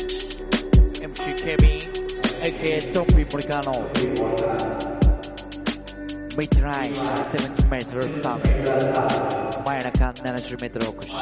MC Kevin, aka Don Pimbricano. Midnight, 70 meter stop. Main account 70 meter okuş.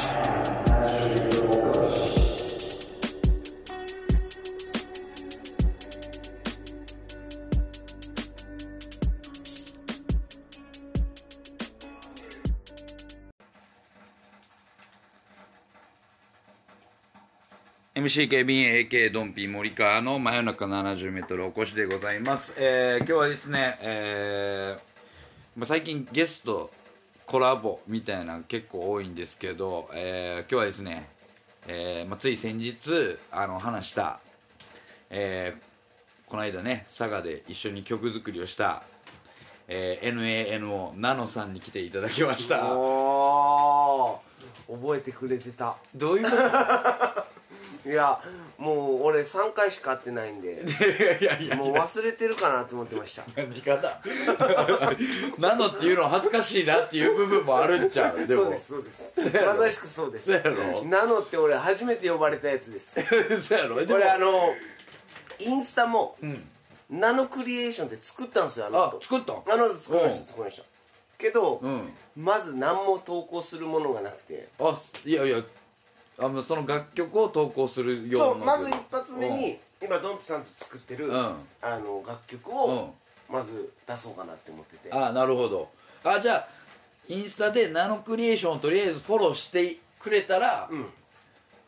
MCKBAK ドンピー森川の真夜中7 0ルお越しでございます、えー今日はですね、えーまあ、最近ゲストコラボみたいなの結構多いんですけど、えー今日はですね、えーまあ、つい先日あの話した、えーこの間ね佐賀で一緒に曲作りをした、えー NANO ナノさんに来ていただきましたおー覚えてくれてたどういうこと いやもう俺3回しか会ってないん でいやいやいやもう忘れてるかなと思ってました何かだ なのっていうの恥ずかしいなっていう部分もあるんちゃうでもそうですそうですまさしくそうでそうすやろなのって俺初めて呼ばれたやつですそうやろでこもれあのインスタも、ナノクリエーションって作ったんですよあのあ人作ったんあの人作りましうんた作りましたけど、んまず何も投稿するものがなくてあすいやいやあのその楽曲を投稿するようなそうまず一発目に今ドンピさんと作ってる、うんあの楽曲をまず出そうかなって思ってて、あなるほどあじゃあインスタでナノクリエーションをとりあえずフォローしてくれたら、ん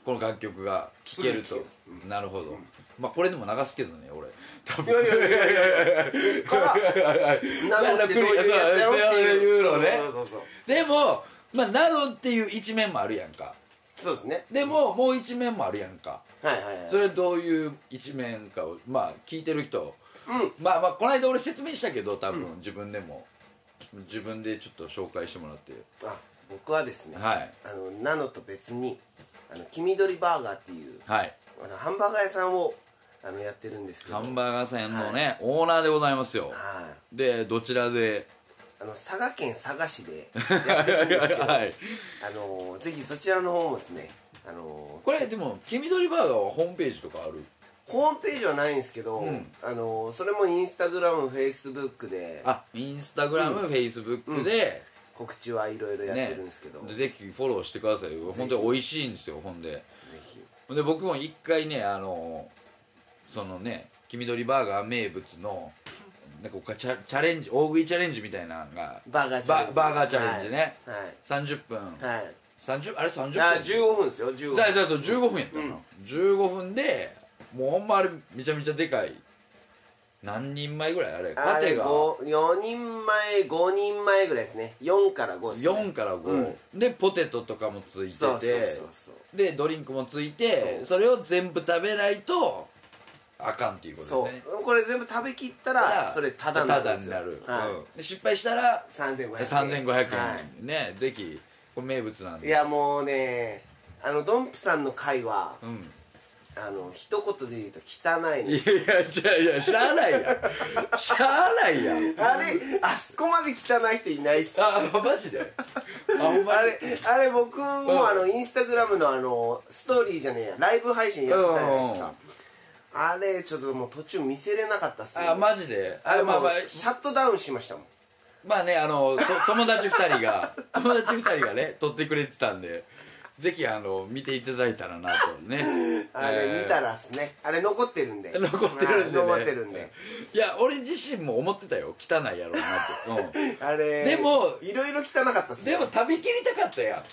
この楽曲が聴けるすぐと聴なるほど、まあこれでも流すけどね俺多いやいやいやいやいやから ナノってどういうやつやろっていうナノクリエーションそうそうそうでもまあナノっていう一面もあるやんかそうそうですねでも、もう一面もあるやんかはいはいはいそれどういう一面かをまあ聞いてる人、まあまあこの間俺説明したけど多分、自分でも自分でちょっと紹介してもらってあ僕はですね、はいあのナノと別にあの黄緑バーガーっていうはいあのハンバーガー屋さんをあのやってるんですけどハンバーガーさんのね、オーナーでございますよはいでどちらであの佐賀県佐賀市でやってるんです けど、 はいあのぜひそちらの方もですねあのこれでも黄緑バーガーはホームページとかあるホームページはないんですけど、あのそれもインスタグラムフェイスブックであインスタグラム、フェイスブックで、告知はいろいろやってるんですけど、ね、ぜひフォローしてくださいよ本当に美味しいんですよほんでぜひで僕も一回ねあのそのね黄緑バーガー名物のなんかこうチャチャレンジ大食いチャレンジみたいなのがバーガーチャレンジババーガーチャレンジね、はい30分、はい、 30あれ30分あ15分ですよ15分そうそうそう15分やったの、15分でもうほんまあれめちゃめちゃでかい何人前ぐらいあれあパテれがご4人前5人前ぐらいですね4から5です、ね、 4から5、でポテトとかもついててそうそうそうそうでドリンクもついてそれを全部食べないとあかんっていうことですそねうこれ全部食べきったらそれタダになるんですよタダになるはいうんで失敗したら3500円3500円、はねぜひこれ名物なんい、でいやもうねあのドンプさんの回はうん、あの一言で言うと汚いいねやいやじゃあいやしゃあないやんしゃあないやんあれあそこまで汚い人いないっすああマジであほんまにれあれ僕もんあのインスタグラムのあのストーリーじゃねえやライブ配信やってたじゃないですうんかあれちょっともう途中見せれなかったっすあよ、マジでああれままああまあシャットダウンしましたもんまあねあのと友達2人が友達2人がね撮ってくれてたんでぜひあの見ていただいたらなとねあえれー見たらっすねあれ残ってるんで 残ってるんで、ね、はい残ってるんでいや俺自身も思ってたよ汚いやろうなって、うんあれでもいろいろ汚かったっ すねでも食べきりたかったやん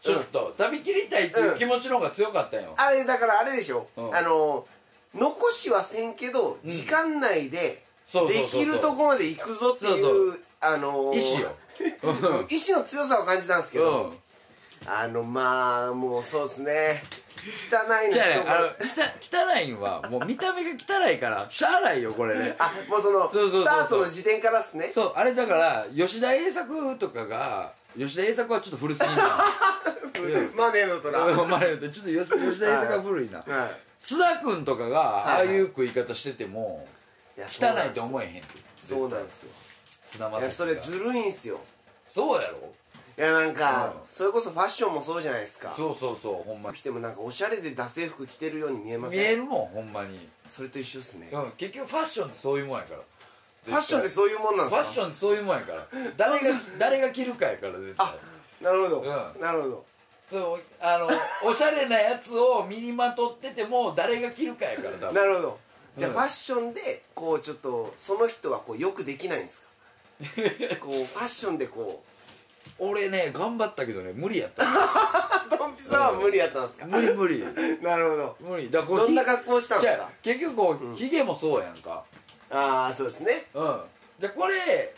ちょっと、食べきりたいっていう気持ちの方が強かったよ、あれだからあれでしょ、うんあの残しはせんけど時間内でそうそうでそうそうきるとこまで行くぞっていうそうあのー意志よ意志の強さを感じた んですけうど、んあのまあもうそうですね汚いのじゃあね人あがの汚汚いんはもう見た目が汚いからしゃあないよこれねあもうそのそうそうそうそうスタートの時点からっすねそうあれだから吉田栄作とかが吉田栄作はちょっと古すぎん なマネーの虎、生まれてちょっと吉吉田栄作は古いな、はい須田君とかがああいう食い方しててもいや汚いと思ええへんそうなんですよ須田い正やそ樹れがずるいんすよそうやろいいやなんか、それこそファッションもそうじゃないですかそうそうそうほんまに着てもなんかおしゃれでダセー服着てるように見えま見せえんるもんほんまに、それと一緒っすねうフん、結局ファッションってそういうもんやからァッションってそういうもんなフんでァすッかションってそういうもんや から誰が誰が着るかやから絶対あなるほど、うんなるほどそうあのおしゃれなやつを身にまとってても誰が着るかやから多分なるほどじゃあうんファッションでこうちょっとその人はこうよくできないん ですかこうファッションでこ俺ね頑張ったけどね無理や ったうドンピさんは無理やったんですか無理無理なるほど無理だからこうどんなひ格好したんでじすゃかあ結局こうひげもそうやんかああそうですねうんでこれ例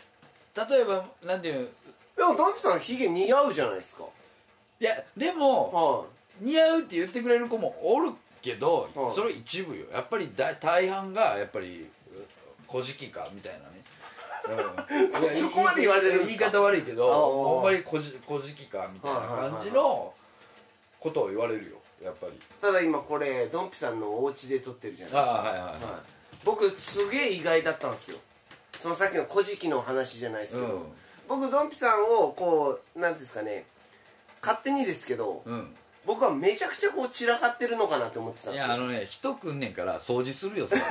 えばなんていうんでもドンピさんヒゲ似合うじゃないですかいやでもは似合うって言ってくれる子もおるけどはいそれ一部よやっぱり大大半がやっぱり「こじきか」みたいな ねうんいやそこまで言われるん言すいか方悪いけどああほんまにこじ「こじきか」みたいな感じのことを言われるよやっぱりいただ今これドンピさんのお家で撮ってるじゃないあであはいはいすか、ははい、僕すげえ意外だったんですよそのさっきの「古事記」の話じゃないですいけうど、ん僕ドンピさんをこうなんていうんですかね勝手にですけど、うん僕はめちゃくちゃこう散らかってるのかなって思ってたんいですやあよのね人くんねんから掃除するよ それ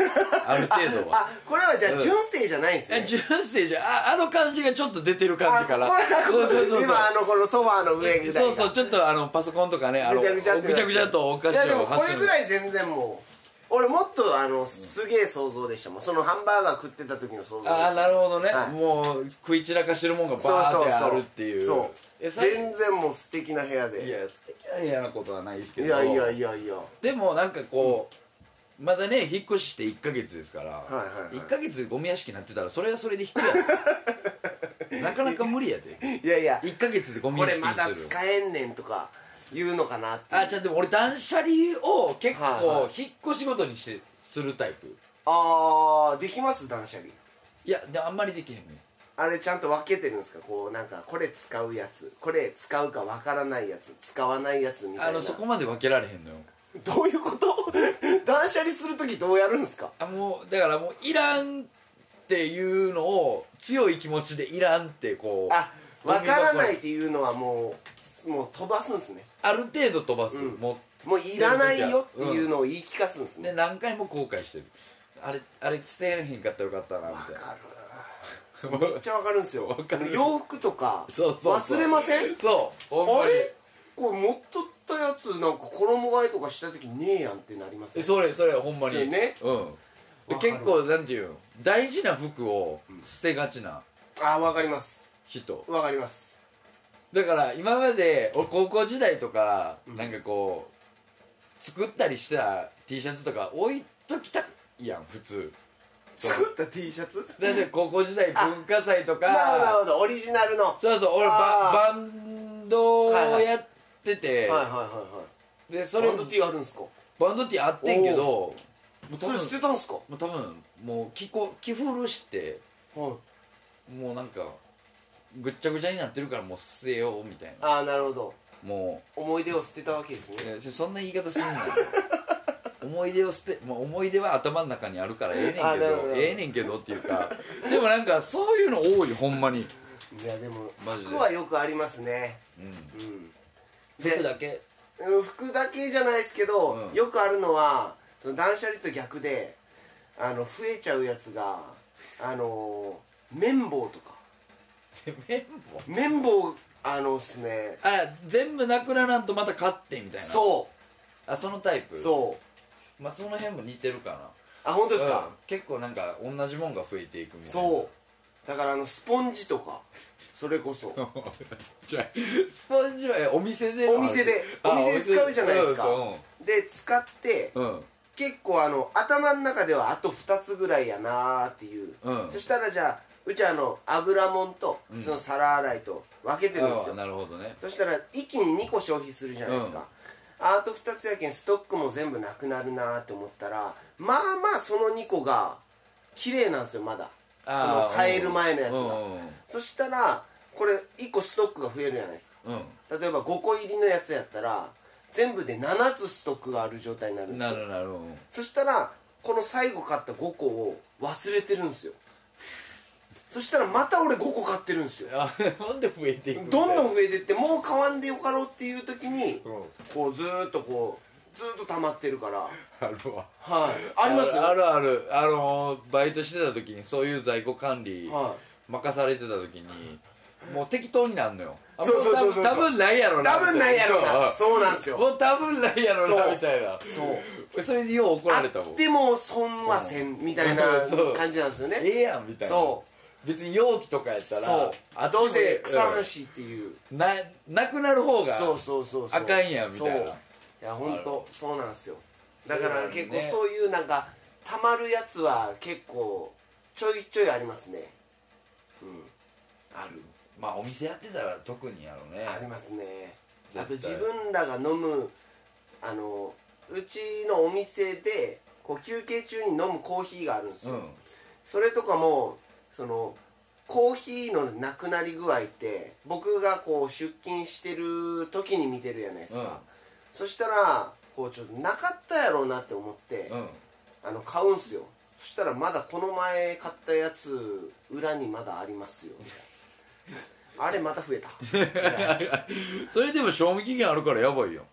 ある程度はあこれはじゃうあん純正じゃないんですえね、純正じゃんああの感じがちょっと出てる感じからあこそうそうそれうそう今あのこのソファーの上ぐらいそうそうちょっとあのパソコンとかねあのぐちゃぐちゃってなってぐちゃぐちゃとお菓いやで子もをこれぐらいい全然もう俺もっとあのすげえ想像でしたもんそのハンバーガー食ってた時の想像でしたああなるほどね、はいもう食い散らかしてるもんがバそうーそっうてそあうるっていうそえうさい全然もう素敵な部屋でいいや素敵な嫌なことはないですけどやいやいやいやでもなんかこう、まだね引っ越して1か月ですから、はいはいはい1か月ゴミ屋敷になってたらそれはそれで引くや んなかなか無理やでいやいや1か月でゴミこ屋れ敷にまするだ使えんねんとか言うのかなっていうあじゃあでも俺断捨離を結はい構は引っ越しごとにしてするタイプあーできます断捨離いやであんまりできへんねあれちゃんと分けてるんですかこうなんかこれ使うやつこれ使うか分からないやつ使わないやつみたいなあのそこまで分けられへんのよどういうこと 断捨離する時どうやるんですかあもうだからもういらんっていうのを強い気持ちでいらんってこうあ分からないっていうのはもうもう飛ばすんですねある程度飛ばす、うんももういらないよっていうのを言い聞かすんですうね、で何回も後悔してるあれあれ捨てへんかったらよかったなみわたいなかるめっちゃわかるんですよわかる洋服とかそうそうそう忘れませんそうほんまにあれこれ持っとったやつなんか衣替えとかした時ねえやんってなりませえんそれそれほんまそうによねうんわかる結構なんていうん大事な服を捨てがちなあわかります人、わかりますだから今まで俺高校時代とかなんかこう作ったりした T シャツとか置いときたいやん普通そう作った T シャツだって高校時代文化祭となるほどなるかほどオリジナルのはそうそう俺あババンドをやっていてはいはいでそはいれバンド T あるんすかバンドティーあってんけどもう多それ捨分てたんすかもう多分もう着こ着古してはいもうなんかぐっちゃぐちゃになってるからもう捨てようみたいなああなるほどもう思い出を捨てたわけですねいやそそんな言い方すんなよ思い出を捨て、 まあ、思い出は頭の中にあるからええねんけあなるほどどええねんけどっていうかでもなんかそういうの多いほんまに、いやでもマジで服はよくありますねうん、うん服でだけ うん服だけじゃないですけど、うんよくあるのはその断捨離と逆であの増えちゃうやつがあのー綿棒とか綿棒綿棒あのっすねあ全部なくならんとまた買ってみたいなうそあそのタイプうそううまあその辺も似てるかなあ本当ですかうん、結構なんか同じもんが増えていくみたいなそうだからあのスポンジとかそれこそ じゃあスポンジはえお店でお店でお店で使うじゃないですかうんで使ってうんうん結構あの頭の中ではあと2つぐらいやなーっていう、うんそしたらじゃあうちはあの油もんと普通の皿洗いと分けてるんですあよ、なるほどねそしたら一気に2個消費するじゃないですか、あと2つやけんストックも全部なくなるなーって思ったらまあまあその2個が綺麗なんですよまだそあのー買える前のやつが、うんうんそしたらこれ1個ストックが増えるじゃないですかうん例えば5個入りのやつやったら全部で7つストックがある状態になるんですなよるなるうんそしたらこの最後買った5個を忘れてるんですよそしたらまた俺5個買ってるんですよあなんで増えていくどんどんん増えてってもう買わんでよかろうっていう時にうんこうずーっとこうずーっと溜まってるからあるわはいありますあるあるあのバイトしてた時にそういう在庫管理は任されてた時にもう適当になるのよあそうそうそうそうも多分多分ないやろな多分ないやろなそそうなんですうよもう多分ないやろそなうみたいなそうそれによう怒あられたもんっても損はせんみたいなそう感じなんですよえねえやんみたいなそ別に容器とかやったらそうあどうせっちも腐らんしっていううんななくなる方がそうそうそうそうあかんやんみたいなそういや本当そうなんですよだから結そうなん構よねそういうなんかたまるやつは結構ちょいちょいありますねうんあるまあお店やってたら特にやろねありますね絶対あと自分らが飲むあのうちのお店でこう休憩中に飲むコーヒーがあるんですうよ、んそれとかもそのコーヒーのなくなり具合って僕がこう出勤してる時に見てるじゃないですか、うんそしたらこうちょっとなかったやろうなって思って、うんあの買うんすよそしたらまだこの前買ったやつ裏にまだありま すよみたいなあれまた増えたみたいなそれでも賞味期限あるからやばいよ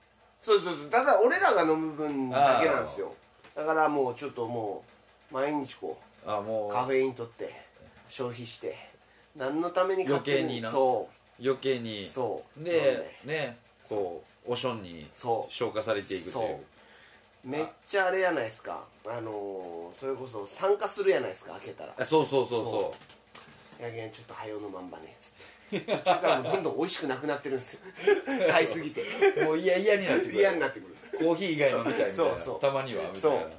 そうそうそうただ俺らが飲む分だけなんですよだからもうちょっともう毎日こあもううカフェイン取って消費して何のために買ってる余計になそ余計にうそう飲んでねこうおしょんにそう消化されていくというそめっちゃあれやないですかあのー、それこそ酸化するやないですか開けたらあそうそうそうそそやけんちょっと早うのまんばねっつって途中からもうどんどん美味しくなくなってるんですよ買いすぎてうもう嫌嫌になってくる嫌になってくるコーヒー以外飲みたいみたいなそうそうたまにはみたいそなう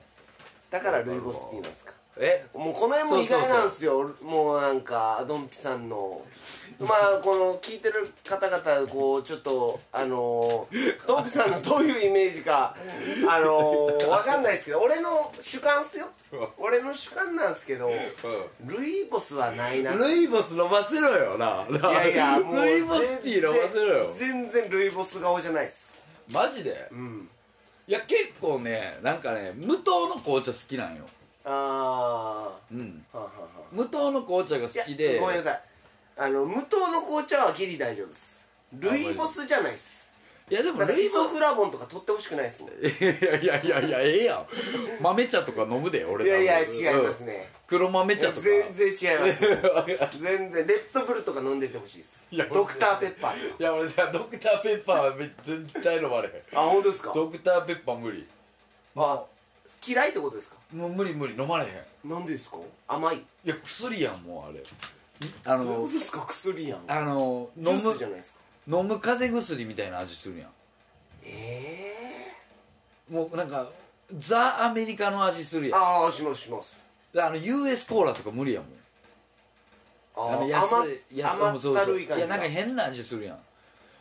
だからルイボスティーなんですかえもうこの辺も意外なんですよもうなんかドンピさんのまあこの聞いてる方々こうちょっとあのードンピさんのどういうイメージかあのー、わかんないですけど俺の主観っすよ俺の主観なんですけどルイボスはないなうんルイボス飲ませろよなないやいやもうルイボスティー飲ませろよ全然ルイボス顔じゃないですマジでうんいや結構ねなんかね無糖の紅茶好きなんよあうんーはあはあはあ無糖の紅茶が好きいでやごめんなさいあの無糖の紅茶はギリ大丈夫ですルイボスじゃないですいやでもなんかルイイボソスフラボンとか取ってほしくないですもんいいやいやいやいやええやん豆茶とか飲むで俺やいや多分違いますねうん黒豆いや茶とか全然違います 全然レッドブルとか飲んでてほしいですいやドクターペッパーとかいや俺さドクターペッパーはめ絶対飲まれへんあ本当ですかドクターペッパー無理あ嫌いってことですかもう無理無理飲まれへんいなんでですか甘いや薬やんもうあれあどういうのことですか薬やんあのジュ飲ースじゃむないですか飲む風邪薬みたいな味するやえんもうなんかザ・アメリカの味するえやんああしますしますあの US コーラとか無理やもんああのー安甘い安甘ったるいそうそう感いじやなんか変な味するやん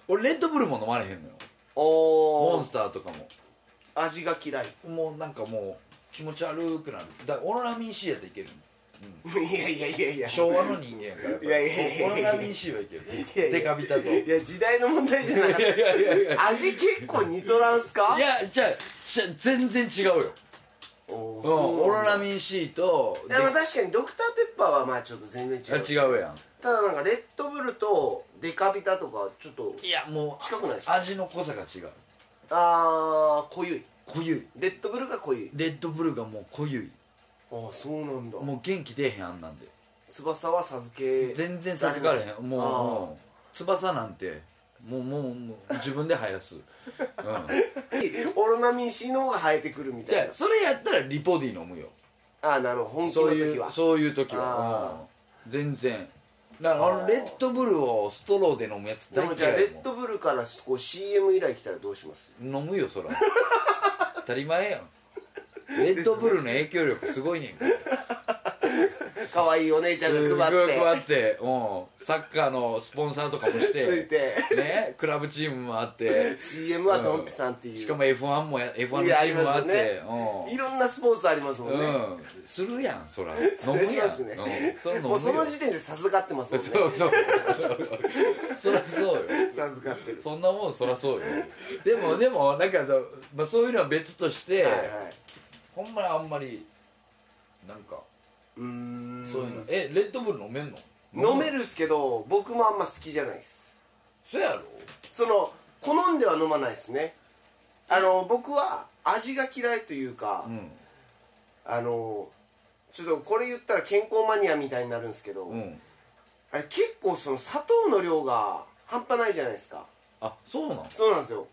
俺レッドブルも飲まれへんのよモおンースターとかも味が嫌いもうなんかもう気持ち悪くなるだからオロナミン C やったらいけるいやいやいやいや昭和の人間やからやっぱりいやいやいやいやオロナミン C はいけるやいやデカビタといいや時代の問題じゃないですやいやいや味結構似とらんすかいやじゃあじゃあ全然違うよおーうんそうなんだオロナミン C とでも確かにドクターペッパーはまあちょっと全然あ違う違うやただなんかレッドブルとデカビタとかちょっとんいやもう近くないですか味の濃さが違うあー濃ゆい濃ゆいレッドブルが濃ゆいレッドブルがもう濃ゆいああそうなんだもう元気出えへんあんなんで翼は授け全然授かれへんもうあーもう翼なんてもうもうもう自分で生 やす、うん、オロナミン C の方が生えてくるみじたゃいあそれやったらリポディ飲むよなああなるほど本気そうのい時うはそういう時あは、うん全然だからああのーレッドブルをストローで飲むやつで大もじゃあ嫌レいやッドブルからこう CM 依頼来たらどうしますもん飲むよそら 当たり前やんレッドブルの影響力すごいねん から可愛いお姉ちゃんが配って配ってうんサッカーのスポンサーとかもしついてて ねクラブチームもあって CM はドンピさんっていうしかも F1 もや F1 のチいやありームもますあよってねいろんなスポーツありますもうんねんうんするやんそらそれし ますねうんそれ飲むよもうその時点で授かってますもんねそうそうそらそうよ授かってるそんなもんそらそうよでもでもなんか、まあ、そういうのは別として、はいはいほんまにあんまりなんかうーんそういうのえレッドブル飲めんの飲めるっすけど僕もあんま好きじゃないですそうやろその好んでは飲まないですねあの僕は味が嫌いというか、うんあのちょっとこれ言ったら健康マニアみたいになるんですけど、うんあれ結構その砂糖の量が半端ないじゃないですかあそうなのそうなんですよ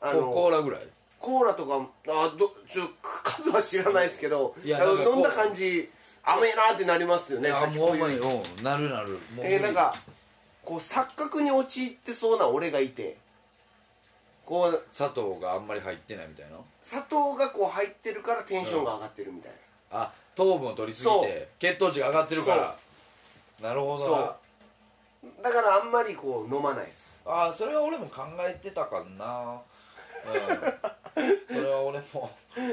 あのココーラぐらいコーラとかあどちょ数は知らないですけどいやあのなんかこう飲んだ感じ甘えなーってなりますよねあさっきこもうういうまいうんなるなるもうえーなんかこう錯覚に陥ってそうな俺がいてこう砂糖があんまり入ってないみたいな砂糖がこう入ってるからテンションが上がってるみたいな、あ糖分を取りすぎそうて血糖値が上がってるからなるほどそなうだからあんまりこう飲まないですあそれは俺も考えてたかなうんそれは俺も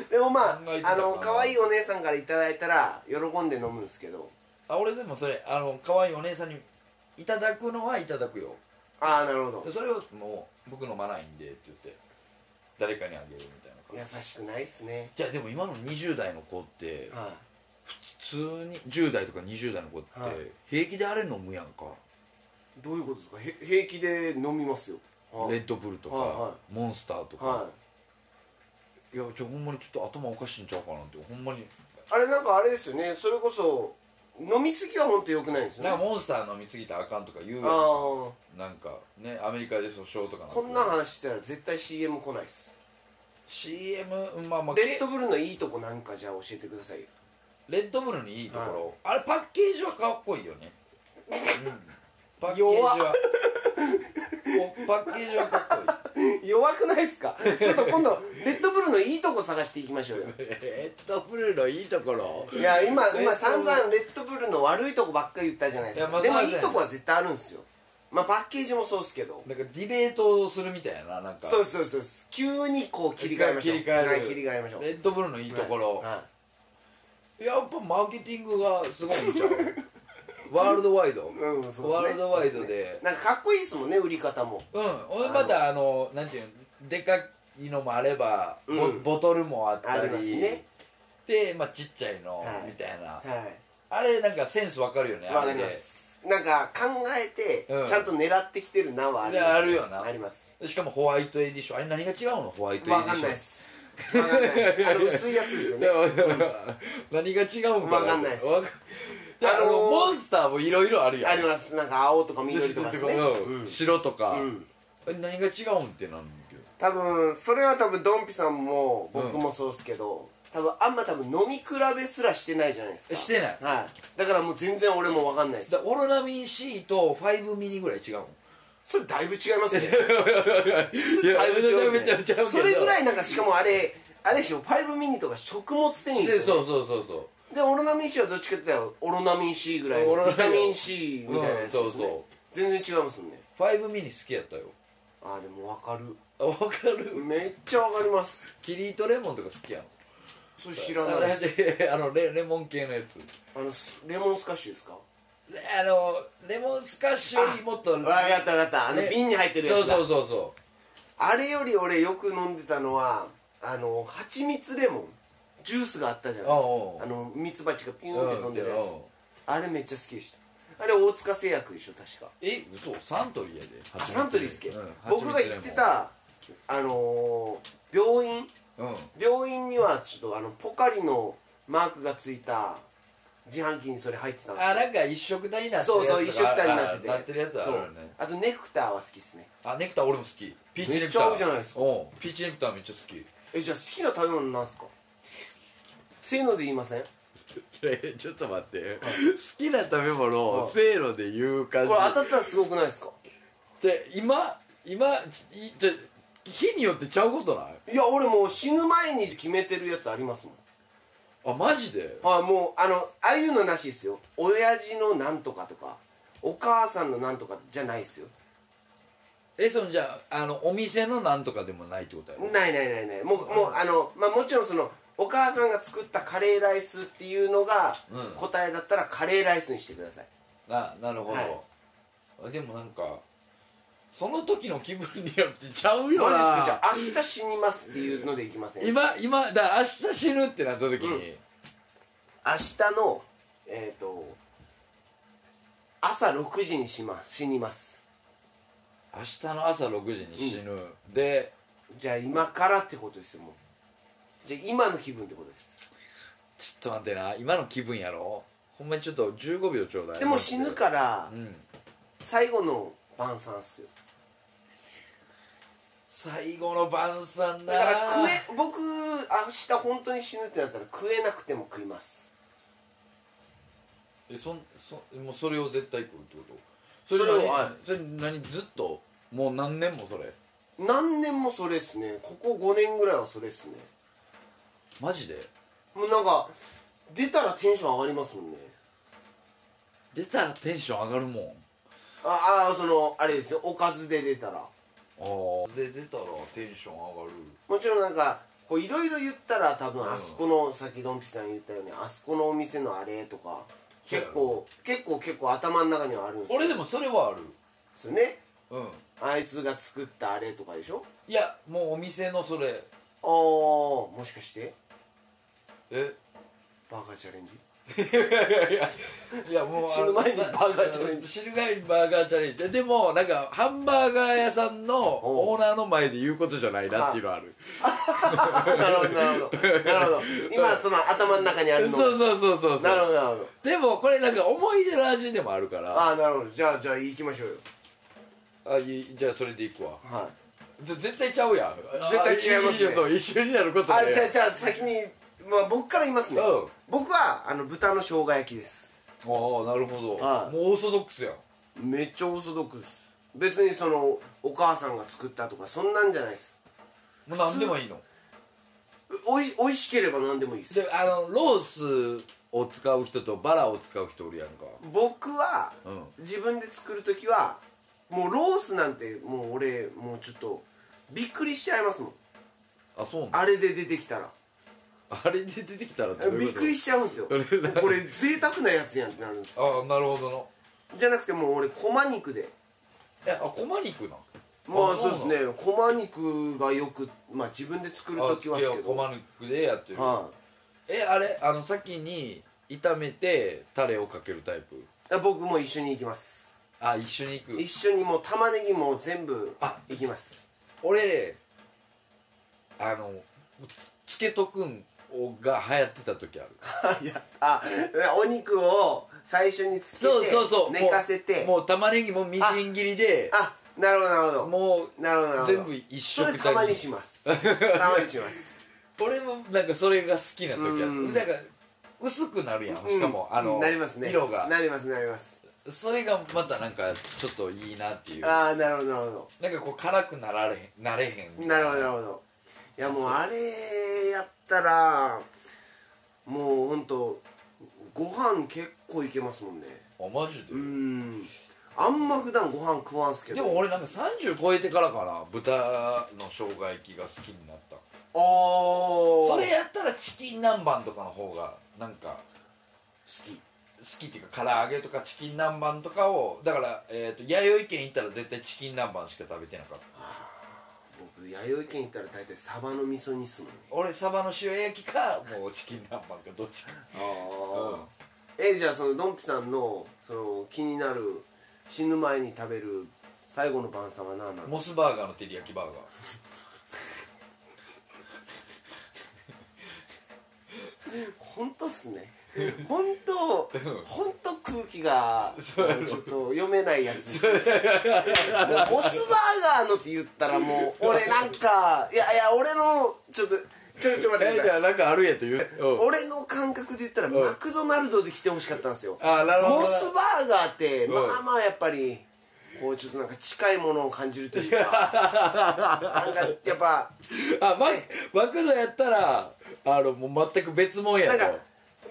でもまあ考えてたあかなの可愛いお姉さんからいただいたら喜んで飲むんですけどあ俺でもそれあの可愛いお姉さんにいただくのはいただくよああなるほどでそれをもう僕飲まないんでって言って誰かにあげるみたいな感優しくないっすねじいやでも今の20代の子っては普通に10代とか20代の子ってはい平気であれ飲むやんかいどういうことですかへ平気で飲みますよはいレッドブルとはいはかモンスターとかはいいやちょほんまにちょっと頭おかしいんちゃうかなってほんまにあれなんかあれですよねそれこそ飲みすぎは本当良くないんですよねなんかあモンスター飲みすぎたらあかんとか言うやんあなんかねアメリカでそのショーとかこんな話したら絶対 CM 来ないっす CM まあまあレッドブルのいいとこなんかじゃあ教えてくださいよレッドブルにいいところ、あれパッケージはかっこいいよね、パッケージ弱っはおパッケージはかっこ弱くないっすか ちょっと今度レッドブルのいいとこ探していきましょうよ いいレッドブルのいいところいや今今レッドブル散々レッドブルの悪いとこばっかり言ったじゃないですいかやまあでもそうでいすいねとこは絶対あるんですよまあパッケージもそうっすけどなんかディベートをするみたいななんかそうですそうですそうです急にこう切り替えましょう切り替えるはい切り替えましょうレッドブルのいいところ、はやっぱマーケティングがすごい んちゃうワールドワイド、いうんそうですねワールドワイドでそうすねなんかかっこいいですもんね売り方もうん俺またあのなんていうのでかいのもあれば、ボうんボトルもあったありりますねで、まあ、ちっちゃいの、はいみたいなはいあれなんかセンスわかるよねわあかれりでますなんか考えて、うんちゃんと狙ってきてるなはあります、いやあるよなありますしかもホワイトエディションあれ何が違うのホワイトエディションわかんないですわかんないですあの薄いやつです よねでもでも何が違うんかわかんないっすわかいやあのあのーモンスターもいろいろあるやんありますなんか青とか緑とかですねうん白とか、うんえ何が違うんってなんだけど多分それは多分ドンピさんも僕もそうっすけど、多分あんま多分飲み比べすらしてないじゃないですかしてないはいだからもう全然俺もわかんないですだオロナミン C と5ミニぐらい違うもんそれだいぶ違いますねいだいぶ違いめちゃまめすちゃねそれぐらいいなんかしかもあれあれでしょ5ミニとか食物繊維ですよ、そね、うそうそうそうでオロナミン C はどっちかって言ったらオロナミン C ぐらいオロナのミビンタミン C みたいなやつです、ねうんそうそう全然違いますもんね5ミニ好きやったよあーでも分かるあわかるめっちゃ分かりますキリートレモンとか好きやんそれ知らないですあのレレモン系のやつあのスレモンスカッシュですかレあのレモンスカッシュよりもっと分かった分かったあのね瓶に入ってるやつだそうそうそうそあれより俺よく飲んでたのはあの蜂蜜レモンジュースがあったじゃないですかおうおうあの蜜蜂がピュうンって飲んでるやうつあれめっちゃ好きでしたあれ大塚製薬でしょ確かえ嘘サントリーやであサントリーっすっけ、うん僕が行ってたあのー病院うん病院にはちょっとあのポカリのマークがついた自販機にそれ入ってたんですあよなんか一色体になってるそうそうや一つ緒くたにがなっててあなってるやつあるよそうねあとネクターは好きですねあネクター俺も好きピーチネクターめっちゃ合うじゃないですかうんピーチネクターめっちゃ好きえじゃあ好きな食べ物なんす かせーので言いませんこいやいやちょっと待って好きな食べ物をせーので言う感れじ当たったらすごくないですかで今今いじゃ日によってちゃうことないいや俺もう死ぬ前に決めてるやつありますもんあマジではいもうあのああいうのなしですよ親父のなんとかとかお母さんのなんとかじゃないですよえそのじゃああのお店のなんとかでもないってことやろないないないないもうもうあのまあもちろんそのお母さんが作ったカレーライスっていうのがうん答えだったらカレーライスにしてください、ななるほど、はあでもなんかその時の気分によってちゃうよマジですかなじゃあ明日死にますっていうのでいきません明日今今だから明日死ぬってなった時に、のえっ、と朝6時にします死にます明日の朝6時に死ぬ、でじゃあ今からってことですよもうじゃあ今の気分ってことですちょっと待ってな今の気分やろほんまにちょっと15秒ちょうだいでも死ぬからうん最後の晩餐っすよ最後の晩餐だだから食え僕明日本当に死ぬってなったら食えなくても食いますえそんそもうそれを絶対食うってことそれを何はいそれ何ずっともう何年もそれ何年もそれですねここ5年ぐらいはそれですねマジでもうなんか出たらテンション上がりますもんね出たらテンション上がるもんああそのあれですよおかずで出たらあで出たらテンション上がるもちろんなんかこういろいろ言ったら多分あそこの、さっきドンピさん言ったようにあそこのお店のあれとかそうや結ろ構結構結構頭の中にはあるんですよ俺でもそれはあるですよねうんあいつが作ったあれとかでしょいやもうお店のそれああもしかしてえバーガーチャレンジいやもう死ぬ前にバーガーチャレンジジ死ぬ前にバーガーチャレンジでもなんかハンバーガー屋さんのおうオーナーの前で言うことじゃないなっていうのはあるあなるほどなるほどなるほど今その頭の中にあそるうのそうそうそうなるそほうどなるほどでもこれなんか思い出の味でもあるからああなるほどじゃあじゃあ行きましょうよあいいじゃあそれでいくわはいぜ絶対ちゃうやん絶対違いますねあよそう一緒になることであじゃあじゃあ先にまあ僕から言いますねうん僕はあの豚の生姜焼きですああなるほどはいもうオーソドックスやんめっちゃオーソドックス別にそのお母さんが作ったとかそんなんじゃないですもう何でもいいのおいおいしければ何でもいいですであのロースを使う人とバラを使う人おるやんか僕は、うん自分で作る時はもうロースなんてもう俺もうちょっとびっくりしちゃいますもんあそうなんあれで出てきたらあれで出てきたらどういうことびっくりしちゃうんですよどういうことこれ贅沢なやつやんってなるんですよああなるほどのじゃなくてもう俺こま肉でえあ駒肉なんまああそうそうなのですねこま肉がよくまあ自分で作るあ時はですけどはい、駒肉でやってるえあれあの先に炒めてタレをかけるタイプ僕も一緒に行きますあ一緒に行く一緒にもう玉ねぎも全部あいきます俺あのつつけとくんをが流行ってた時あるいやあお肉を最初につけてそうそうそう寝かせもてうもう玉ねぎもみじん切りであなるほどなるほどもうなるほどなるほど全部一緒それたまにし ますたまにします俺もなんかそれが好きな時あうるんなんか薄くなるやんしかも、うんあのなりますね色がなりますなりますそれがまたなんかちょっといいなっていうああなるほどなるほなんかこう辛くなられへんなれへんどみなたいるほどなるほどいやもうあれやったらもうほんとご飯結構いけますもんねあマジで、うんあんま普段ご飯食わんすけでども俺なんか30超えてからかな豚の生姜焼きが好きになったおーそれやったらチキン南蛮とかの方がなんか好き好きっていうか唐揚げとかチキン南蛮とかをだから、えー、と弥生県行ったら絶対チキン南蛮しか食べてなかった僕弥生県行ったら大体サバの味噌煮っすもんね俺サバの塩焼きかもうチキン南蛮かどっちかあうんえじゃあそのドンピさんのその気になる死ぬ前に食べる最後の晩餐は何なのモスバーガーの照り焼きバーガー本当っす ね本当本当空気がもうちょっと読めないやつですねもうボスバーガーのって言ったらもう俺なんかいやいや俺のちょっとちょちょ待ってくださやいなんかあるやって言う俺の感覚で言ったらマクドナルドで来てほしかったんですよあなるほどモスバーガーってんまあまあやっぱりこうちょっとなんか近いものを感じる というかなんかやっぱあママクドやったらあのもう全く別物やなんとか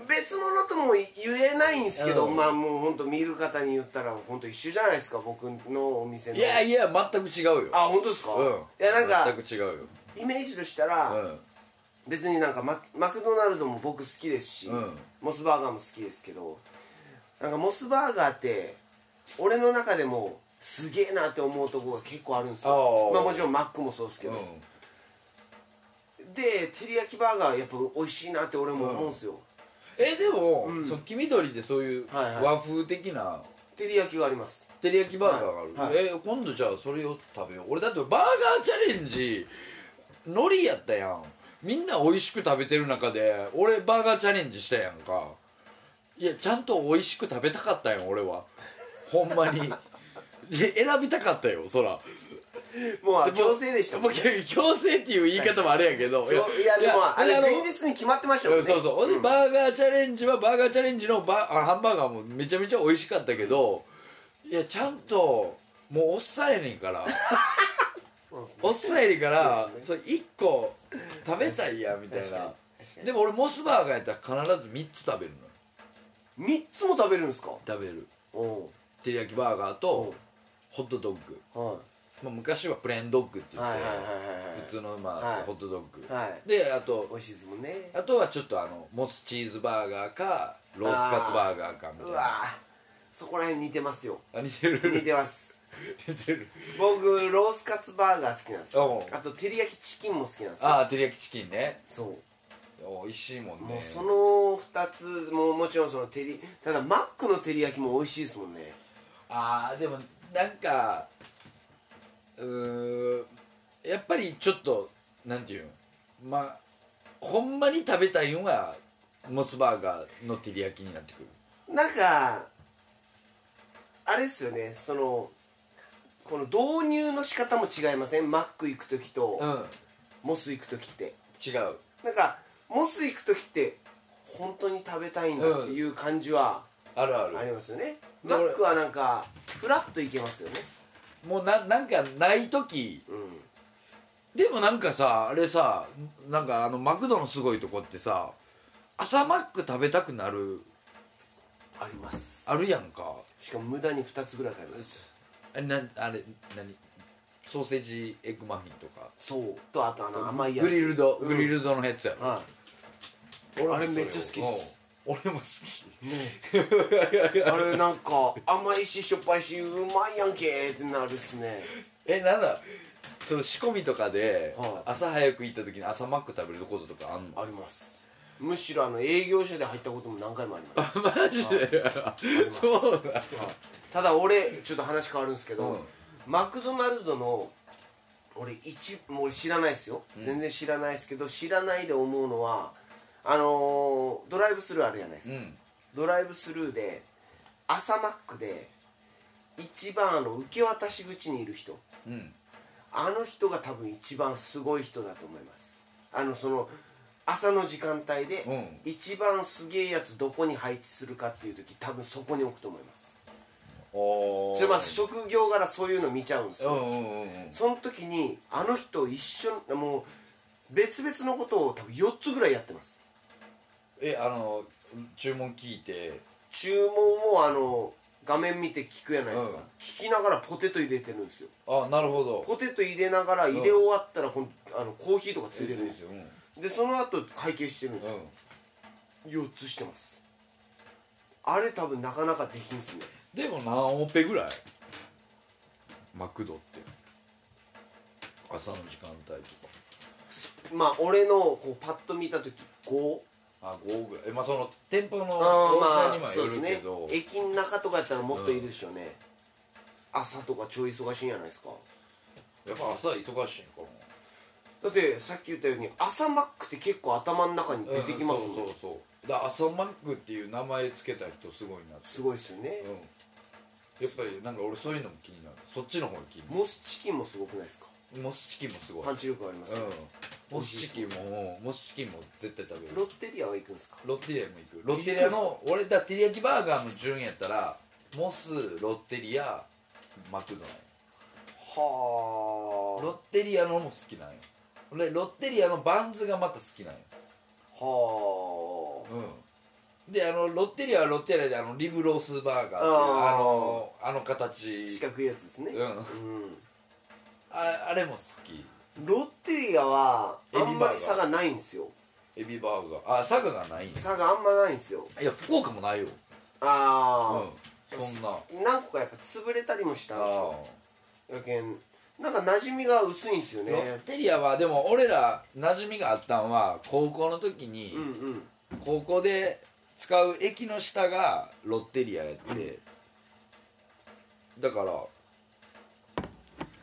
別物とも言えないんですけど、うんまあもうほんと見る方に言ったらほんと一緒じゃないですか僕のお店のいやいや全く違うよあ本当ですか、うんいやなんか全く違うよイメージとしたら、う別になんかママクドナルドも僕好きですし、うんモスバーガーも好きですけどなんかモスバーガーって俺の中でもすげえなって思うとこが結構あるんですよあーまあもちろんマックもそうですけんど、うんで照り焼きバーガーやっぱ美味しいなって俺も思うんですよ、えでも、そう黄緑でそういうはいはい和風的な照り焼きがあります照り焼きバーガーがある、はいはえ今度じゃあそれを食べよう俺だってバーガーチャレンジ海苔やったやんみんな美味しく食べてる中で俺バーガーチャレンジしたやんかいやちゃんと美味しく食べたかったやん俺はほんまにで選びたかったよそらもうも強制でしたもんねもう強制っていう言い方もあれやけどいやでもあれあの前日に決まってましたもんねそうそうほんでバーガーチャレンジはバーガーチャレンジのバーあハンバーガーもめちゃめちゃ美味しかったけどいやちゃんともうおっさんやねん からそうですねおっさんやねんからそうでそう1個食べたいやみたい確かなに確かにでも俺モスバーガーやったら必ず3つ食べるのよ3つも食べるんですか食べるお照り焼きバーガーとホットドッグ、おはまあ、昔はプレーンドッグってい言っはいて、はいはいはい普通のまあ、はいホットドッグ、はいであと美味しいですもんねあとはちょっとあのモスチーズバーガーかロースカツバーガーかみたういなわそこら辺似てますよあ似てる似てます似てる僕ロースカツバーガー好きなんですようんあと照り焼きチキンも好きなんですよああ照り焼きチキンねそう美味しいもんもねうその2つももちろんその照りただマックの照り焼きも美味しいですもんねああでもなんかうーんやっぱりちょっとなんていうのまあほんまに食べたいのはモスバーガーの照り焼きになってくるなんかあれですよねそのこの導入の仕方も違いませんマック行く時と、うんモス行く時って違うなんかモス行く時って本当に食べたいんだっていう感じはあるあるありますよね、うんマックはなんかフラッと行けますよねもうななんかない時うんでもなんかさあれさなんかあのマクドのすごいとこってさ朝マック食べたくなるありますあるやんかしかも無駄に2つぐらい買いますあれなあれ何ソーセージエッグマフィンとかそうとあとあの甘いやつグリルド、うんグリルドのやつやろは俺もあれそめっちゃ好きっすうん俺も好きい、ねえあれなんか甘いししょっぱいしうまいやんけってなるっすねえなんだその仕込みとかではい朝早く行った時に朝マック食べることとかあんのありますむしろあの営業所で入ったことも何回もありますマジでそうだただ俺ちょっと話変わるんですけど、うんマクドナルドの俺一もう知らないですよ、全然知らないですけど知らないで思うのはあのードライブスルーあるじゃないですうか、んドライブスルーで朝マックで一番あの受け渡し口にいる人うんあの人が多分一番すごい人だと思いますあのその朝の時間帯でうん一番すげえやつどこに配置するかっていう時多分そこに置くと思いますおーそれまあ職業柄そういうの見ちゃうんですうよんうんうんうんその時にあの人一緒にもう別々のことを多分4つぐらいやってますえあの注文聞いて注文をあの画面見て聞くやないですうか、ん聞きながらポテト入れてるんですよあなるほどポテト入れながら入れ終わったらこんあのコーヒーとかついてるんですよようん、でその後会計してるんですうよん4つしてますあれ多分なかなかできんすねでも何オペぐらいマクドって朝の時間帯とかまあ俺のこうパッと見た時5あ5ぐらいえまあその店舗のあ大きさあにまもあそうよでするけねど、駅の中とかやったらもっといるでしょうね、朝とか超忙しいんじゃないですかやっぱ朝忙しいんかだってさっき言ったように朝マックって結構頭の中にな出てきますも、うんんそうそうそうだから朝マックっていう名前つけた人すごいなってすごいですよねう、んやっぱりなんか俺そういうのも気になるそっちの方が気になモスチキンもすごくないですかるモスチキンもすごいパンチ力ありますよ、うん、モスチキンもモスチキンも絶対食べるロッテリアは行くんですかロッテリアも行くロッテリアの俺だ照り焼きバーガーの順やったらモスロッテリアマクドナルドロはッテリアのも好きなんよ俺ロッテリアのバンズがまた好きなんよあはうんであのロッテリアはロッテリアであのリブロースバーガーっていうあーあのあの形あ四角いやつですねううんああれも好きロッテリアはエビあバーガーんまり差がないんですよエビバーガーあ佐賀がないんや差があんまないんですよいや福岡もないよあうんそんなあ、何個かやっぱ潰れたりもしたんですあよあやけんなんか馴染みが薄いんですよロッねテリアはでも俺ら馴染みがあったんは高校の時に、うんうん高校で使う駅の下がロッテリアやって、だから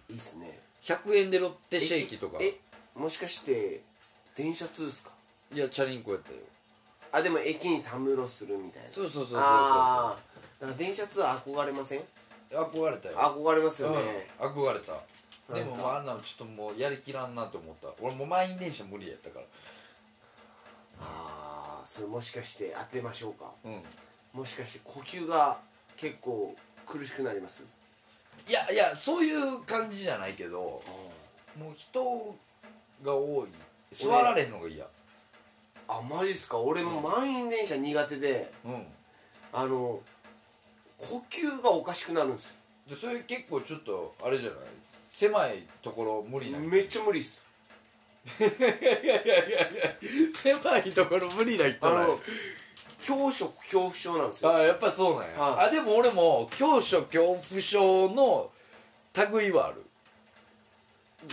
いいっすね100円でロッテシェイキとかえもしかして電車通っすかいやチャリンコやったよあでも駅にたむろするみたいなそうそうそうそうそうああなんか電車通憧れません憧れたよ憧れますよね、うん、憧れたでもまああんなのちょっともうやりきらんなと思った俺もう満員電車無理やったからああそれもしかして当てましょうかうんもしかして呼吸が結構苦しくなりますいやいやそういう感じじゃないけどもう人が多い座られへんのが嫌あマジっすか俺も満員電車苦手でうんあの呼吸がおかしくなるんですでそれ結構ちょっとあれじゃない狭いところ無理よな人めっちゃ無理っすいやいやいやいや狭いところ無理な人あなのの恐怖症恐怖症なんですよあやっぱそうなんや、はいあでも俺も高所恐怖症の類はある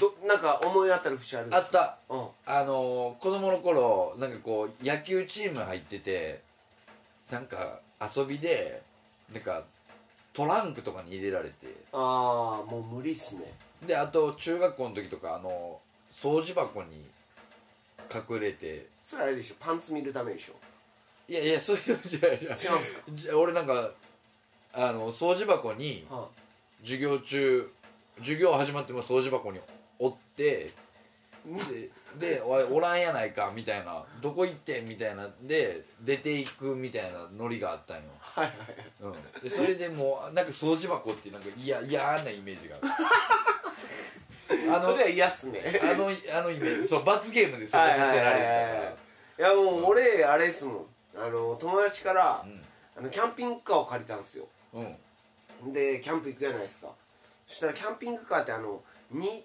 どなんか思い当たる節あるんであすかったうんあのー子供の頃なんかこう野球チーム入っててなんか遊びでなんかトランクとかに入れられてああもう無理っすねであと中学校の時とかあの掃除箱に隠れてそれあれでしょパンツ見るためでしょいやいやそういうのじゃない違違うんすかじゃ俺なんかあの掃除箱には授業中授業始まっても掃除箱におってででおいおらんやないかみたいなどこ行ってんみたいなで出ていくみたいなノリがあったんよ、はいはいうん、でそれでもうなんか掃除箱ってなんか嫌嫌なイメージが あるそれは嫌っすねあのあのあのイメージそう罰ゲームでそれはさいはいせはられいるはかいいやもう俺あれですもんあの友達から、んあのキャンピングカーを借りたんですよらうんでキャンプ行くじゃないですかそしたらキャンピングカーってあのに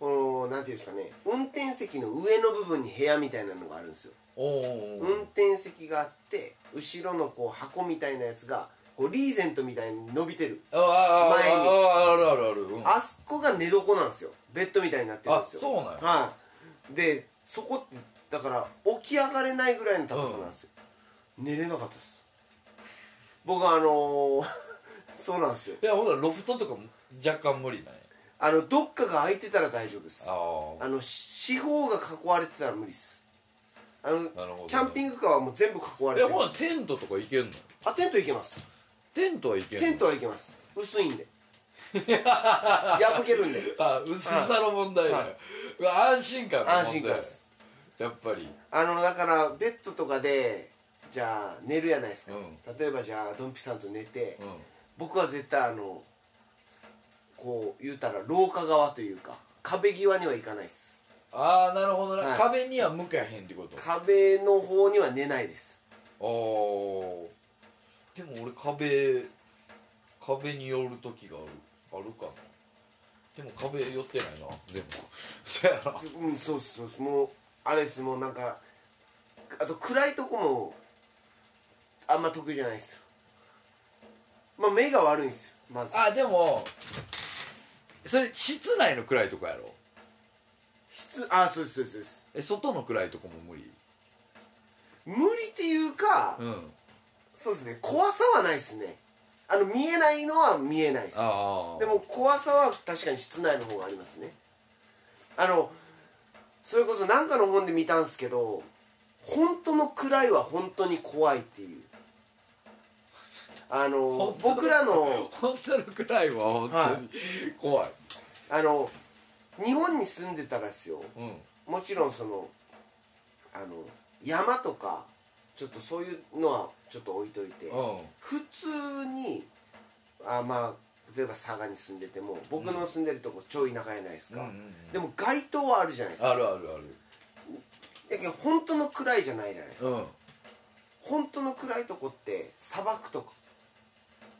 このなんていうんですかね運転席の上の部分に部屋みたいなのがあるんですよ、おお運転席があって後ろのこう箱みたいなやつがこうリーゼントみたいに伸びてる、ああああ前にああるあるあるうんあそこが寝床なんですよベッドみたいになってるんですよあそうなんやはいでそこってだから起き上がれないぐらいの高さなんですよ、寝れなかったです僕はあのー そうなんですよいやほんならロフトとかも若干無理なんやあのどっかが空いてたら大丈夫ですあああのし四方が囲われてたら無理ですあのるほどねキャンピングカーはもう全部囲われえてるほなテントとか行けんのあテント行けますテントはいけんのテントはいけます薄い んで破けるんであ薄さの問題だよ、うわ安心感の問題安心感ですやっぱりあのだからベッドとかでじゃあ寝るやないですか、う例えばじゃあドンピさんと寝て、うん僕は絶対あのこう言うたら廊下側というか壁際には行かないですああなるほどな、はい壁には向かへんってこと壁の方には寝ないですおーでも俺壁壁に寄る時があるあるかなでも壁寄ってないなでも そやなうんそうっすそうっすもうあれですもうなんかあと暗いとこもあんま得意じゃないですよまあ目が悪いんですよまずあでもそれ室内の暗いとこやろ室あそうですそうですそうですえ外の暗いとこも無理無理っていうか、うんそうですね怖さはないですねあの見えないのは見えないですああでも怖さは確かに室内の方がありますねあのそれこそ何かの本で見たんですけど本当の暗いは本当に怖いっていうあの本当の僕らの本当の暗いは本当に怖い、あの日本に住んでたらですようんもちろんそのあの山とかちょっとそういうのはちょっと置いといて、うん普通にあまあ例えば佐賀に住んでても僕の住んでるとこ超田舎じゃないですか、うんうんうんでも街灯はあるじゃないですかあるあるあるだけど本当の暗いじゃないじゃないですか、うん本当の暗いとこって砂漠とか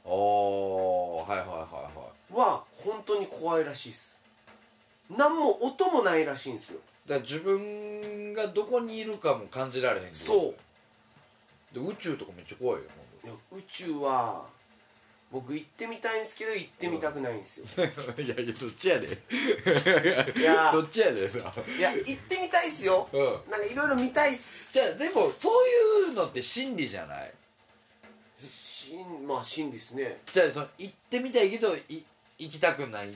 おーはいはいはいはは本当に怖いらしいです何も音もないらしいんですよいだから自分がどこにいるかも感じられへんってことそうで宇宙とかめっちゃ怖いよほんといや宇宙は僕行ってみたいんですけど行ってみたくないんです よ、いやいやどっちやでいやどっちやでさいや行ってみたいっすよ、うんなんかいろいろ見たいっすじゃあでもそういうのって真理じゃないしんまあ真理っすねじゃあその行ってみたいけどい行きたくない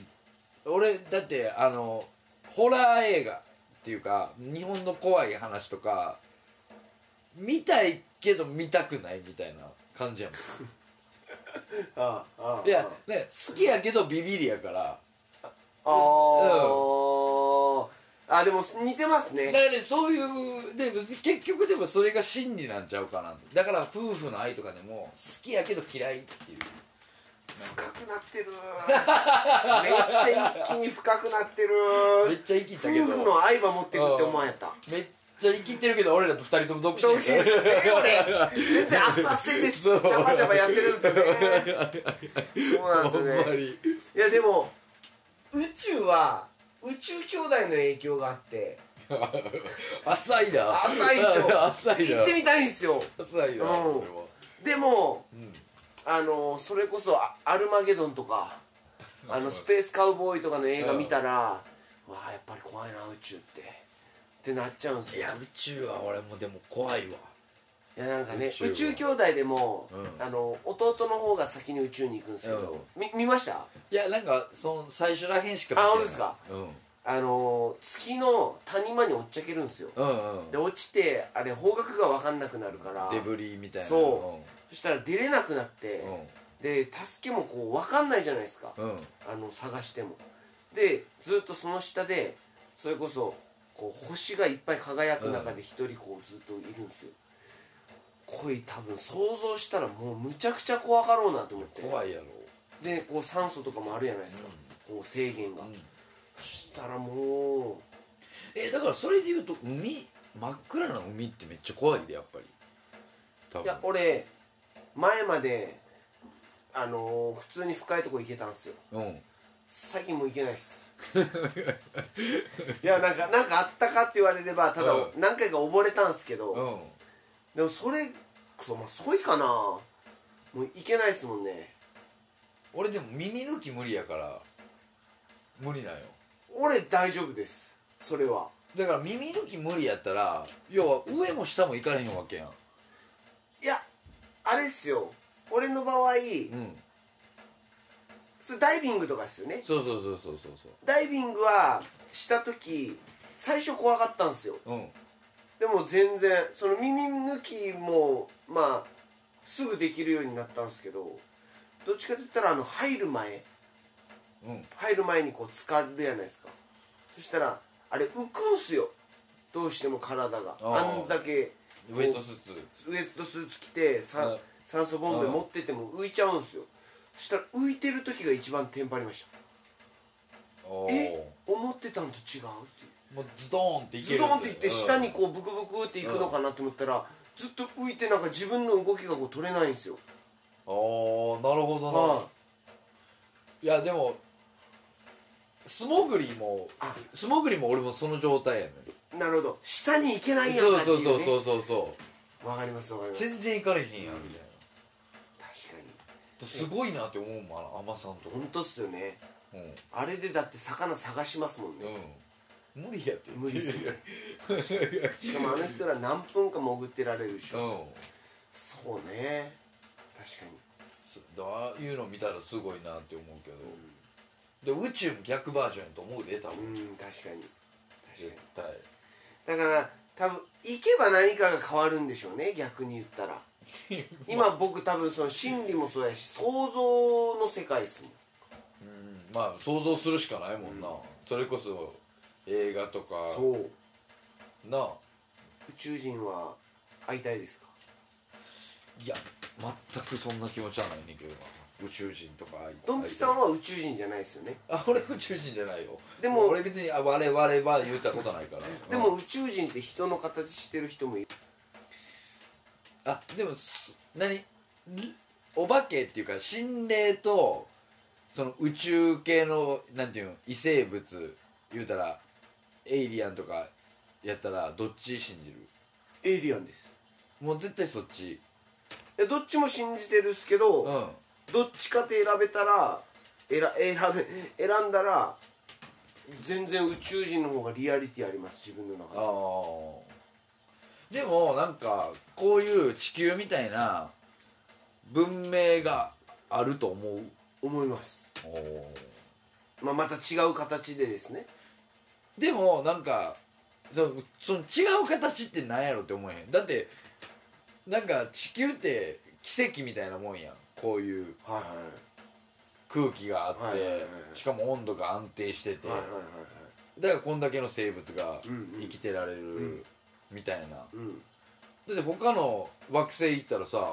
俺だってあのホラー映画っていうか日本の怖い話とか見たいけど見たくないみたいな感じやもんあああいやね好きやけどビビりやからあーあでも似てまだすねからねそういうで結局でもそれが真理なんちゃうかなだから夫婦の愛とかでも好きやけど嫌いっていう深くなってるめっちゃ一気に深くなってるめっちゃ生きた夫けど婦の愛ば持ってくって思わんやっためっちゃ生きてるけど俺らと二人とも独身独身ですね俺全然浅瀬ですジ そうャバジャバやってるんですよねそうなんですほんよまねにいやでも宇宙は宇宙兄弟の影響が あって浅いな浅いっすよ 浅いな行ってみたいんですよ浅いなうそんれはでもうんあのそれこそあアルマゲドンとか あのスペースカウボーイとかの映画見たら、うわあやっぱり怖いな宇宙ってってなっちゃうんですいよや宇宙は俺もでも怖いわいやなんかね宇宙は宇宙兄弟でも、うんあの弟の方が先に宇宙に行くんですけど、み見ましたいやなんかその最初らへんしかあ見てないあの月の谷間に追っちゃけるんですようんうんうんで落ちてあれ方角が分かんなくなるからデブリみたいなそうそしたら出れなくなって、うで助けもこう分かんないじゃないですか、んうんうんあの探してもでずっとその下でそれこそこう星がいっぱい輝く中で一人こうずっといるんですよ、恋多分想像したらもうむちゃくちゃ怖かろうなと思って怖いやろでこう酸素とかもあるじゃないですか、こう制限が、んそしたらもえだからそれで言うと海真っ暗な海ってめっちゃ怖いでやっぱり多う分いや俺前まであのー普通に深いとこ行けたんですようん最近も行けないっすいやなんかなんかあったかって言われればただう何回か溺れたんすけど、うんでもそれそうまあそいかなもういけないっすもんね俺でも耳抜き無理やから無理なんよ俺大丈夫ですそれはだから耳抜き無理やったら要は上も下も行かれへんわけやんいやあれっすよ俺の場合、うんそれダイビングとかっすよねそうそうそうそうそうダイビングはした時最初怖かったんすよそううんでも全然その耳抜きもまあすぐできるようになったんですけどどっちかといったらあの入る前うん入る前にこう浸かるやないですかそしたらあれ浮くんすよどうしても体がああーんだけウェットスーツウェットスーツ着てうさん酸素ボンベうん持ってても浮いちゃうんすよそしたら浮いてる時が一番テンパりましたおーえ思ってたのと違うっていうもうズドーンっていけズるドンっていって下にうんこうブクブクっていくのかなと思ったらずっと浮いてなんか自分の動きがこう取れないんですよおーなるほどな、はいやでも素潜りもあ素潜りも俺もその状態やねんいなるほど下に行けないやんそうかってそいううそうそねうそうそわかりますわかりうます全然行かれへんやんみたい確かになすごいなって思うもんあの海女さんとか本当っすよねうん、うんあれでだって魚探しますもんね、無理やって 無理っすようしかもあの人ら何分か潜ってられるでしょ、んそうね確かにすああいうの見たらすごいなって思うけど、で宇宙も逆バージョンやと思うで多分、うん確かに確絶かに対だから多分行けば何かが変わるんでしょうね逆に言っ たら今僕多分その心理もそうやし想像の世界ですもんうんまあ想像するしかないもんな、それこそ映画とかそう宇なあ宙人は会いたいですかいや全くそんな気持ちはないねんけどな宇宙人とかああいドンピさんは宇宙人じゃないですよねあ俺宇宙人じゃないよでも俺別にあ我々は言うたことないからでうんも宇宙人って人の形してる人もいるあでもす何りお化けっていうか心霊とその宇宙系のなんていうの異生物言うたらエイリアンとかやったらどっち信じるエイリアンですもう絶対そっちいやどっちも信じてるっすけど、うんどっちかって選べたら選選べ選んだら全然宇宙人の方がリアリティあります自分の中あでーでもなんかこういう地球みたいな文明があると思う思います、まあ、また違う形でですねでもなんかそのその違う形ってなんやろって思えへんだってなんか地球って奇跡みたいなもんやんこういうはいはい空気があって、はいはいはいしかも温度が安定してて、はいはいはいはいだからこんだけの生物がうんうん生きてられるみたいな、うんだって他の惑星行ったらさ、ん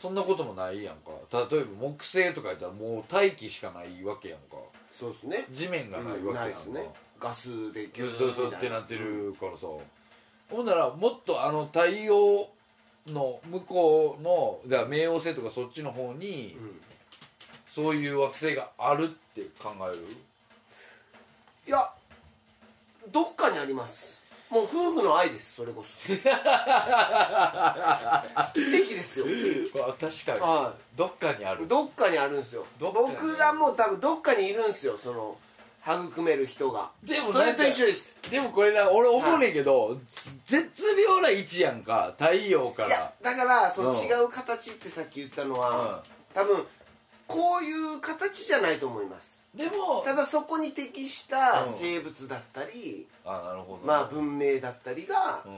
そんなこともないやんか例えば木星とかやったらもう大気しかないわけやんかそうですね地面がないわけやんか、ないですねガスでギギュュッそうそうってなってるからさ、ほんならもっとあの太陽の向こうのだから冥王星とかそっちの方に、んそういう惑星があるって考えるいやどっかにありますもう夫婦の愛ですそ れこそ奇跡ですよあ確かはにどっかにあるどっかにあるんですよどっかに僕らも多分どっかにいるんですよその育める人がでもなんかそれと一緒ですでもこれな俺思うねんけど、絶妙な位置やんか太陽かいやらだからそのうん違う形ってさっき言ったのは、う多分こういう形じゃないと思いますでもただそこに適したうん生物だったり、あなるほどね、まあ文明だったりがう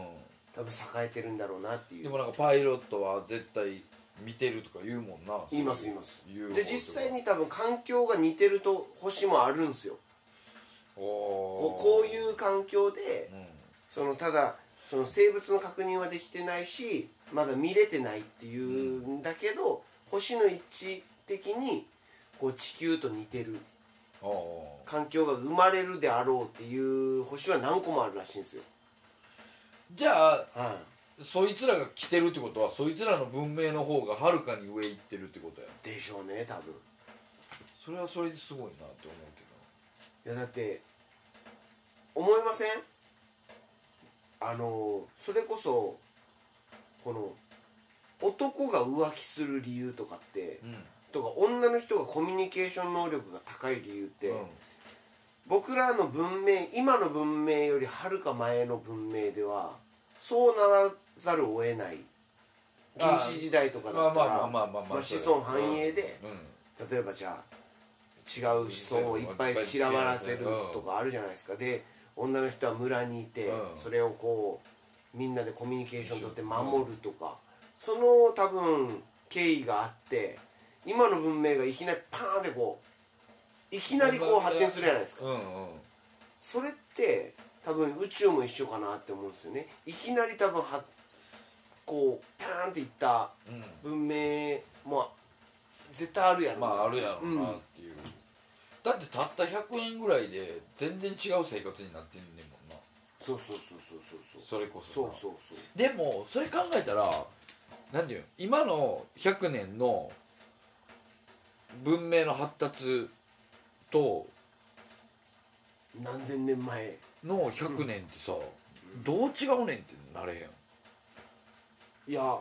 多分栄えてるんだろうなっていん、うでもなんかパイロットは絶対見てるとか言うもんな言います言います言うで実際に多分環境が似てると星もあるんですよこここうういう環境でんそのただその生物の確認はできてないしまだ見れてないっていうんだけど、星の位置的にこう地球と似てるああ環境が生まれるであろうっていう星は何個もあるらしいんですよ。じゃあはいそいつらが来てるってことはそいつらの文明の方がはるかに上行ってるってことやでしょうね多分。それはそれですごいなって思うけいやだって思いませんあのそれこそこの男が浮気する理由とかって、どとか女の人がコミュニケーション能力が高い理由って、うん僕らの文明今の文明よりはるか前の文明ではそうならざるを得ない原始時代とかまだあったまあらまあまあまあまあ子孫繁栄で、うんうん例えばじゃあ違う思想をいっぱい散らばらせるとかあるじゃないですかで女の人は村にいてうんそれをこうみんなでコミュニケーション取って守るとかその多分経緯があって今の文明がいきなりパーンってこういきなりこう発展するじゃないですかうんうんそれって多分宇宙も一緒かなって思うんですよねいきなり多分はこうパーンっていったうん文明も絶対あるやろまああるやろううななっていう、だってたった100円ぐらいで全然違う生活になってんねんもんなそうそうそうそうそうそうそれこそそなうそうそうでもそれ考えたら何ていうの今の100年の文明の発達と何千年前の100年ってさ、どう違うねんってなれへんいや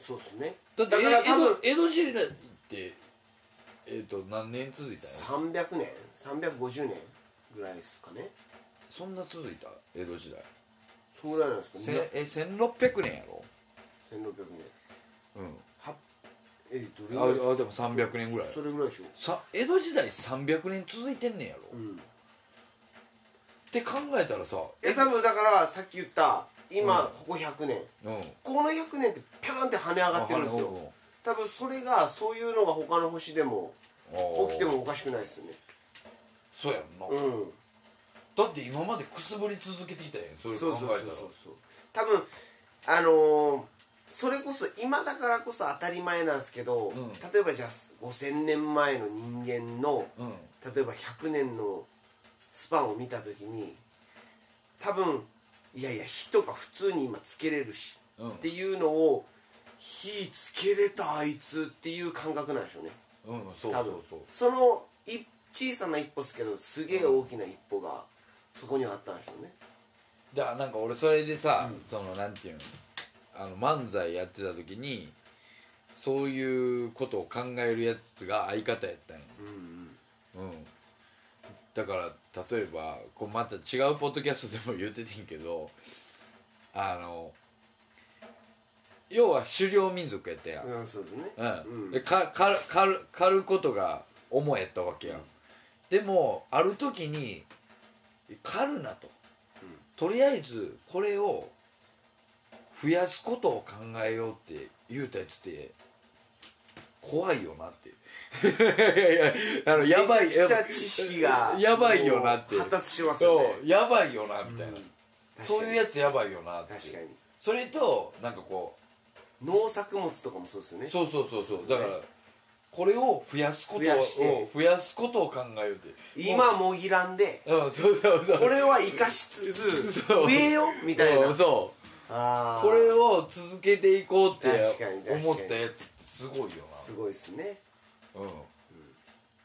そうっすねだってから多分江戸江戸時代ってえっ、と何年続いたんや300年350年ぐらいですかねそんな続いた江戸時代そんぐらいなんですかせねえ1600年やろ1600年うんはえどれぐあらいですかあでも300年ぐらいそれぐらいでしょさ江戸時代300年続いてんねんやろ、うっんて考えたらさえ多分だからさっき言ったう今んここ100年うんこの100年ってピャーンって跳ね上がってるんですよ多分それがそういうのが他の星でも起きてもおかしくないですよねそうやんな、うんだって今までくすぶり続けてきたやんそれそう考そうそうえそうたらそう多分あのーそれこそ今だからこそ当たり前なんですけど、ん例えばじゃあ5,000年前の人間のうん例えば100年のスパンを見た時に多分いやいや火とか普通に今つけれるし、うんっていうのを火つけれたあいつっていう感覚なんでしょうねうんそうそ多う分そうそのい小さな一歩ですけどすげえ大きな一歩がそこにはあったんでしょうね、だからなんか俺それでさ、そのなんていうのあの漫才やってた時にそういうことを考えるやつが相方やったんやうん、だから例えばこうまた違うポッドキャストでも言っててんけどあの要は狩猟民族やったやん、うんそうですねうんでかかかる狩ることが主やったわけやん、でもある時に狩るなと、とりあえずこれを増やすことを考えようって言うたやつって怖いよなって いやいやあのやばいめちゃくちゃ知識がやばいよなってもう発達しますよそねうやばいよなみたいな、確そうかいうにやつやばいよなって確かにそれとなんかこう農作物とかもそうですよねそうそうそうそうそうでだすかねらこれを増やすことを増やして増やすことを考えようっても今もぎらんでううんそうそうそうこれは生かしつつそう植えようみたいなうんそうあーこれを続けていこうって確かに確かに思ったやつってすごいよすごいですねなうん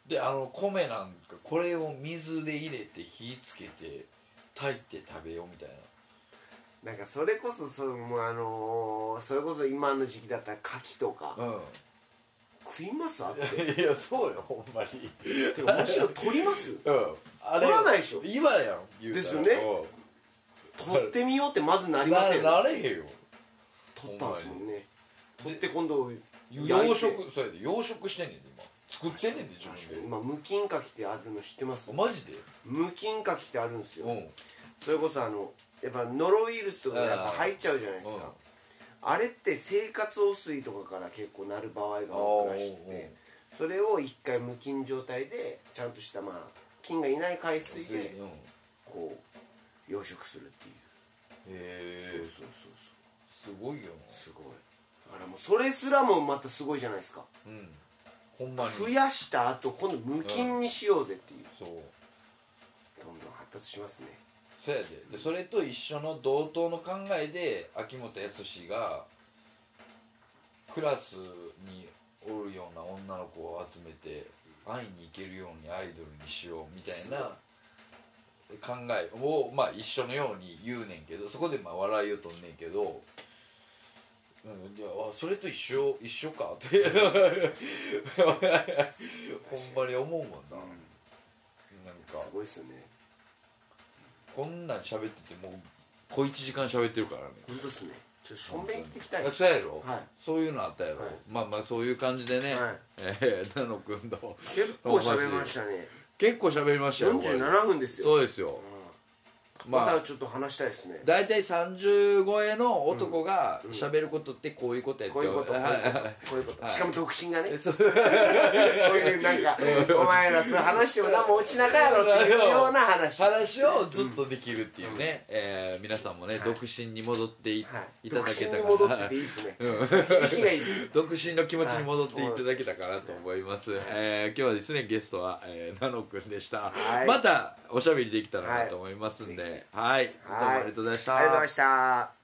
であの米なんかこれを水で入れて火つけて炊いて食べようみたいななんかそれこそそのもうあのーそれこそ今の時期だったら牡蠣とかう食 いますあってんいやそうよほんまにてかむしろ取りますうんあ取らないでしょ今やん言うたらですよねうん取ってみようってまずなりませんななれへんよ取ったんですもんね取って今度養焼いて殖そうやで養殖してんねんで今作ってんねんで自確か分にで今無菌牡蠣ってあるの知ってますマジで無菌牡蠣ってあるんですようんそれこそあのやっぱノロウイルスとかがやっぱ入っちゃうじゃないですうんかあれって生活汚水とかから結構なる場合が多くらしあくーうんてそれを一回無菌状態でちゃんとしたまあ菌がいない海水水でうんへこう養殖するっていう、えそうそうそうそうすごいよすごいだからもうそれすらもまたすごいじゃないですかなうんほんま増にやした後今度無菌にしようぜっていうそうどんどん発達しますねそうやででそれと一緒の同等の考えで秋元康がクラスにおるような女の子を集めて会いに行けるようにアイドルにしようみたいな考えを、まあ、一緒のように言うねんけどそこでまあ笑いを取んねんけど、うん、いやあそれと一緒一緒 かってほんまに思うもんな。なんかすごいっすよねこんなん喋っててもう小1時間喋ってるからね本当っすねちょっとしょんべん行ってきたいっすそうやろ、はいそういうのあったやろ、はいまあまあそういう感じでね、はいえー、ナノ君と結構喋りましたね結構喋りましたよこれ47分ですよそうですよ、ままあたちょっと話したいですね大体30超えの男が喋ることってこういうことやってこういうことこうはいいうはいことはいこういうことしかも独 身がねえこそうういうなん かお前らそう話しても何も落ちなかやろっていうような話はい話をずっとできるっていうね、えー皆さんもね、独身に戻ってい,、ただ独けたか身らに戻ってていいっすね響きがいいっす ね独身の気持ちに戻っていただけたかなと思います、えー今日はですねゲストは、えー、ナノくんでした、はいまたおしゃべりできたらなと思いますんではい、どうもありがとうございました、ありがとうございました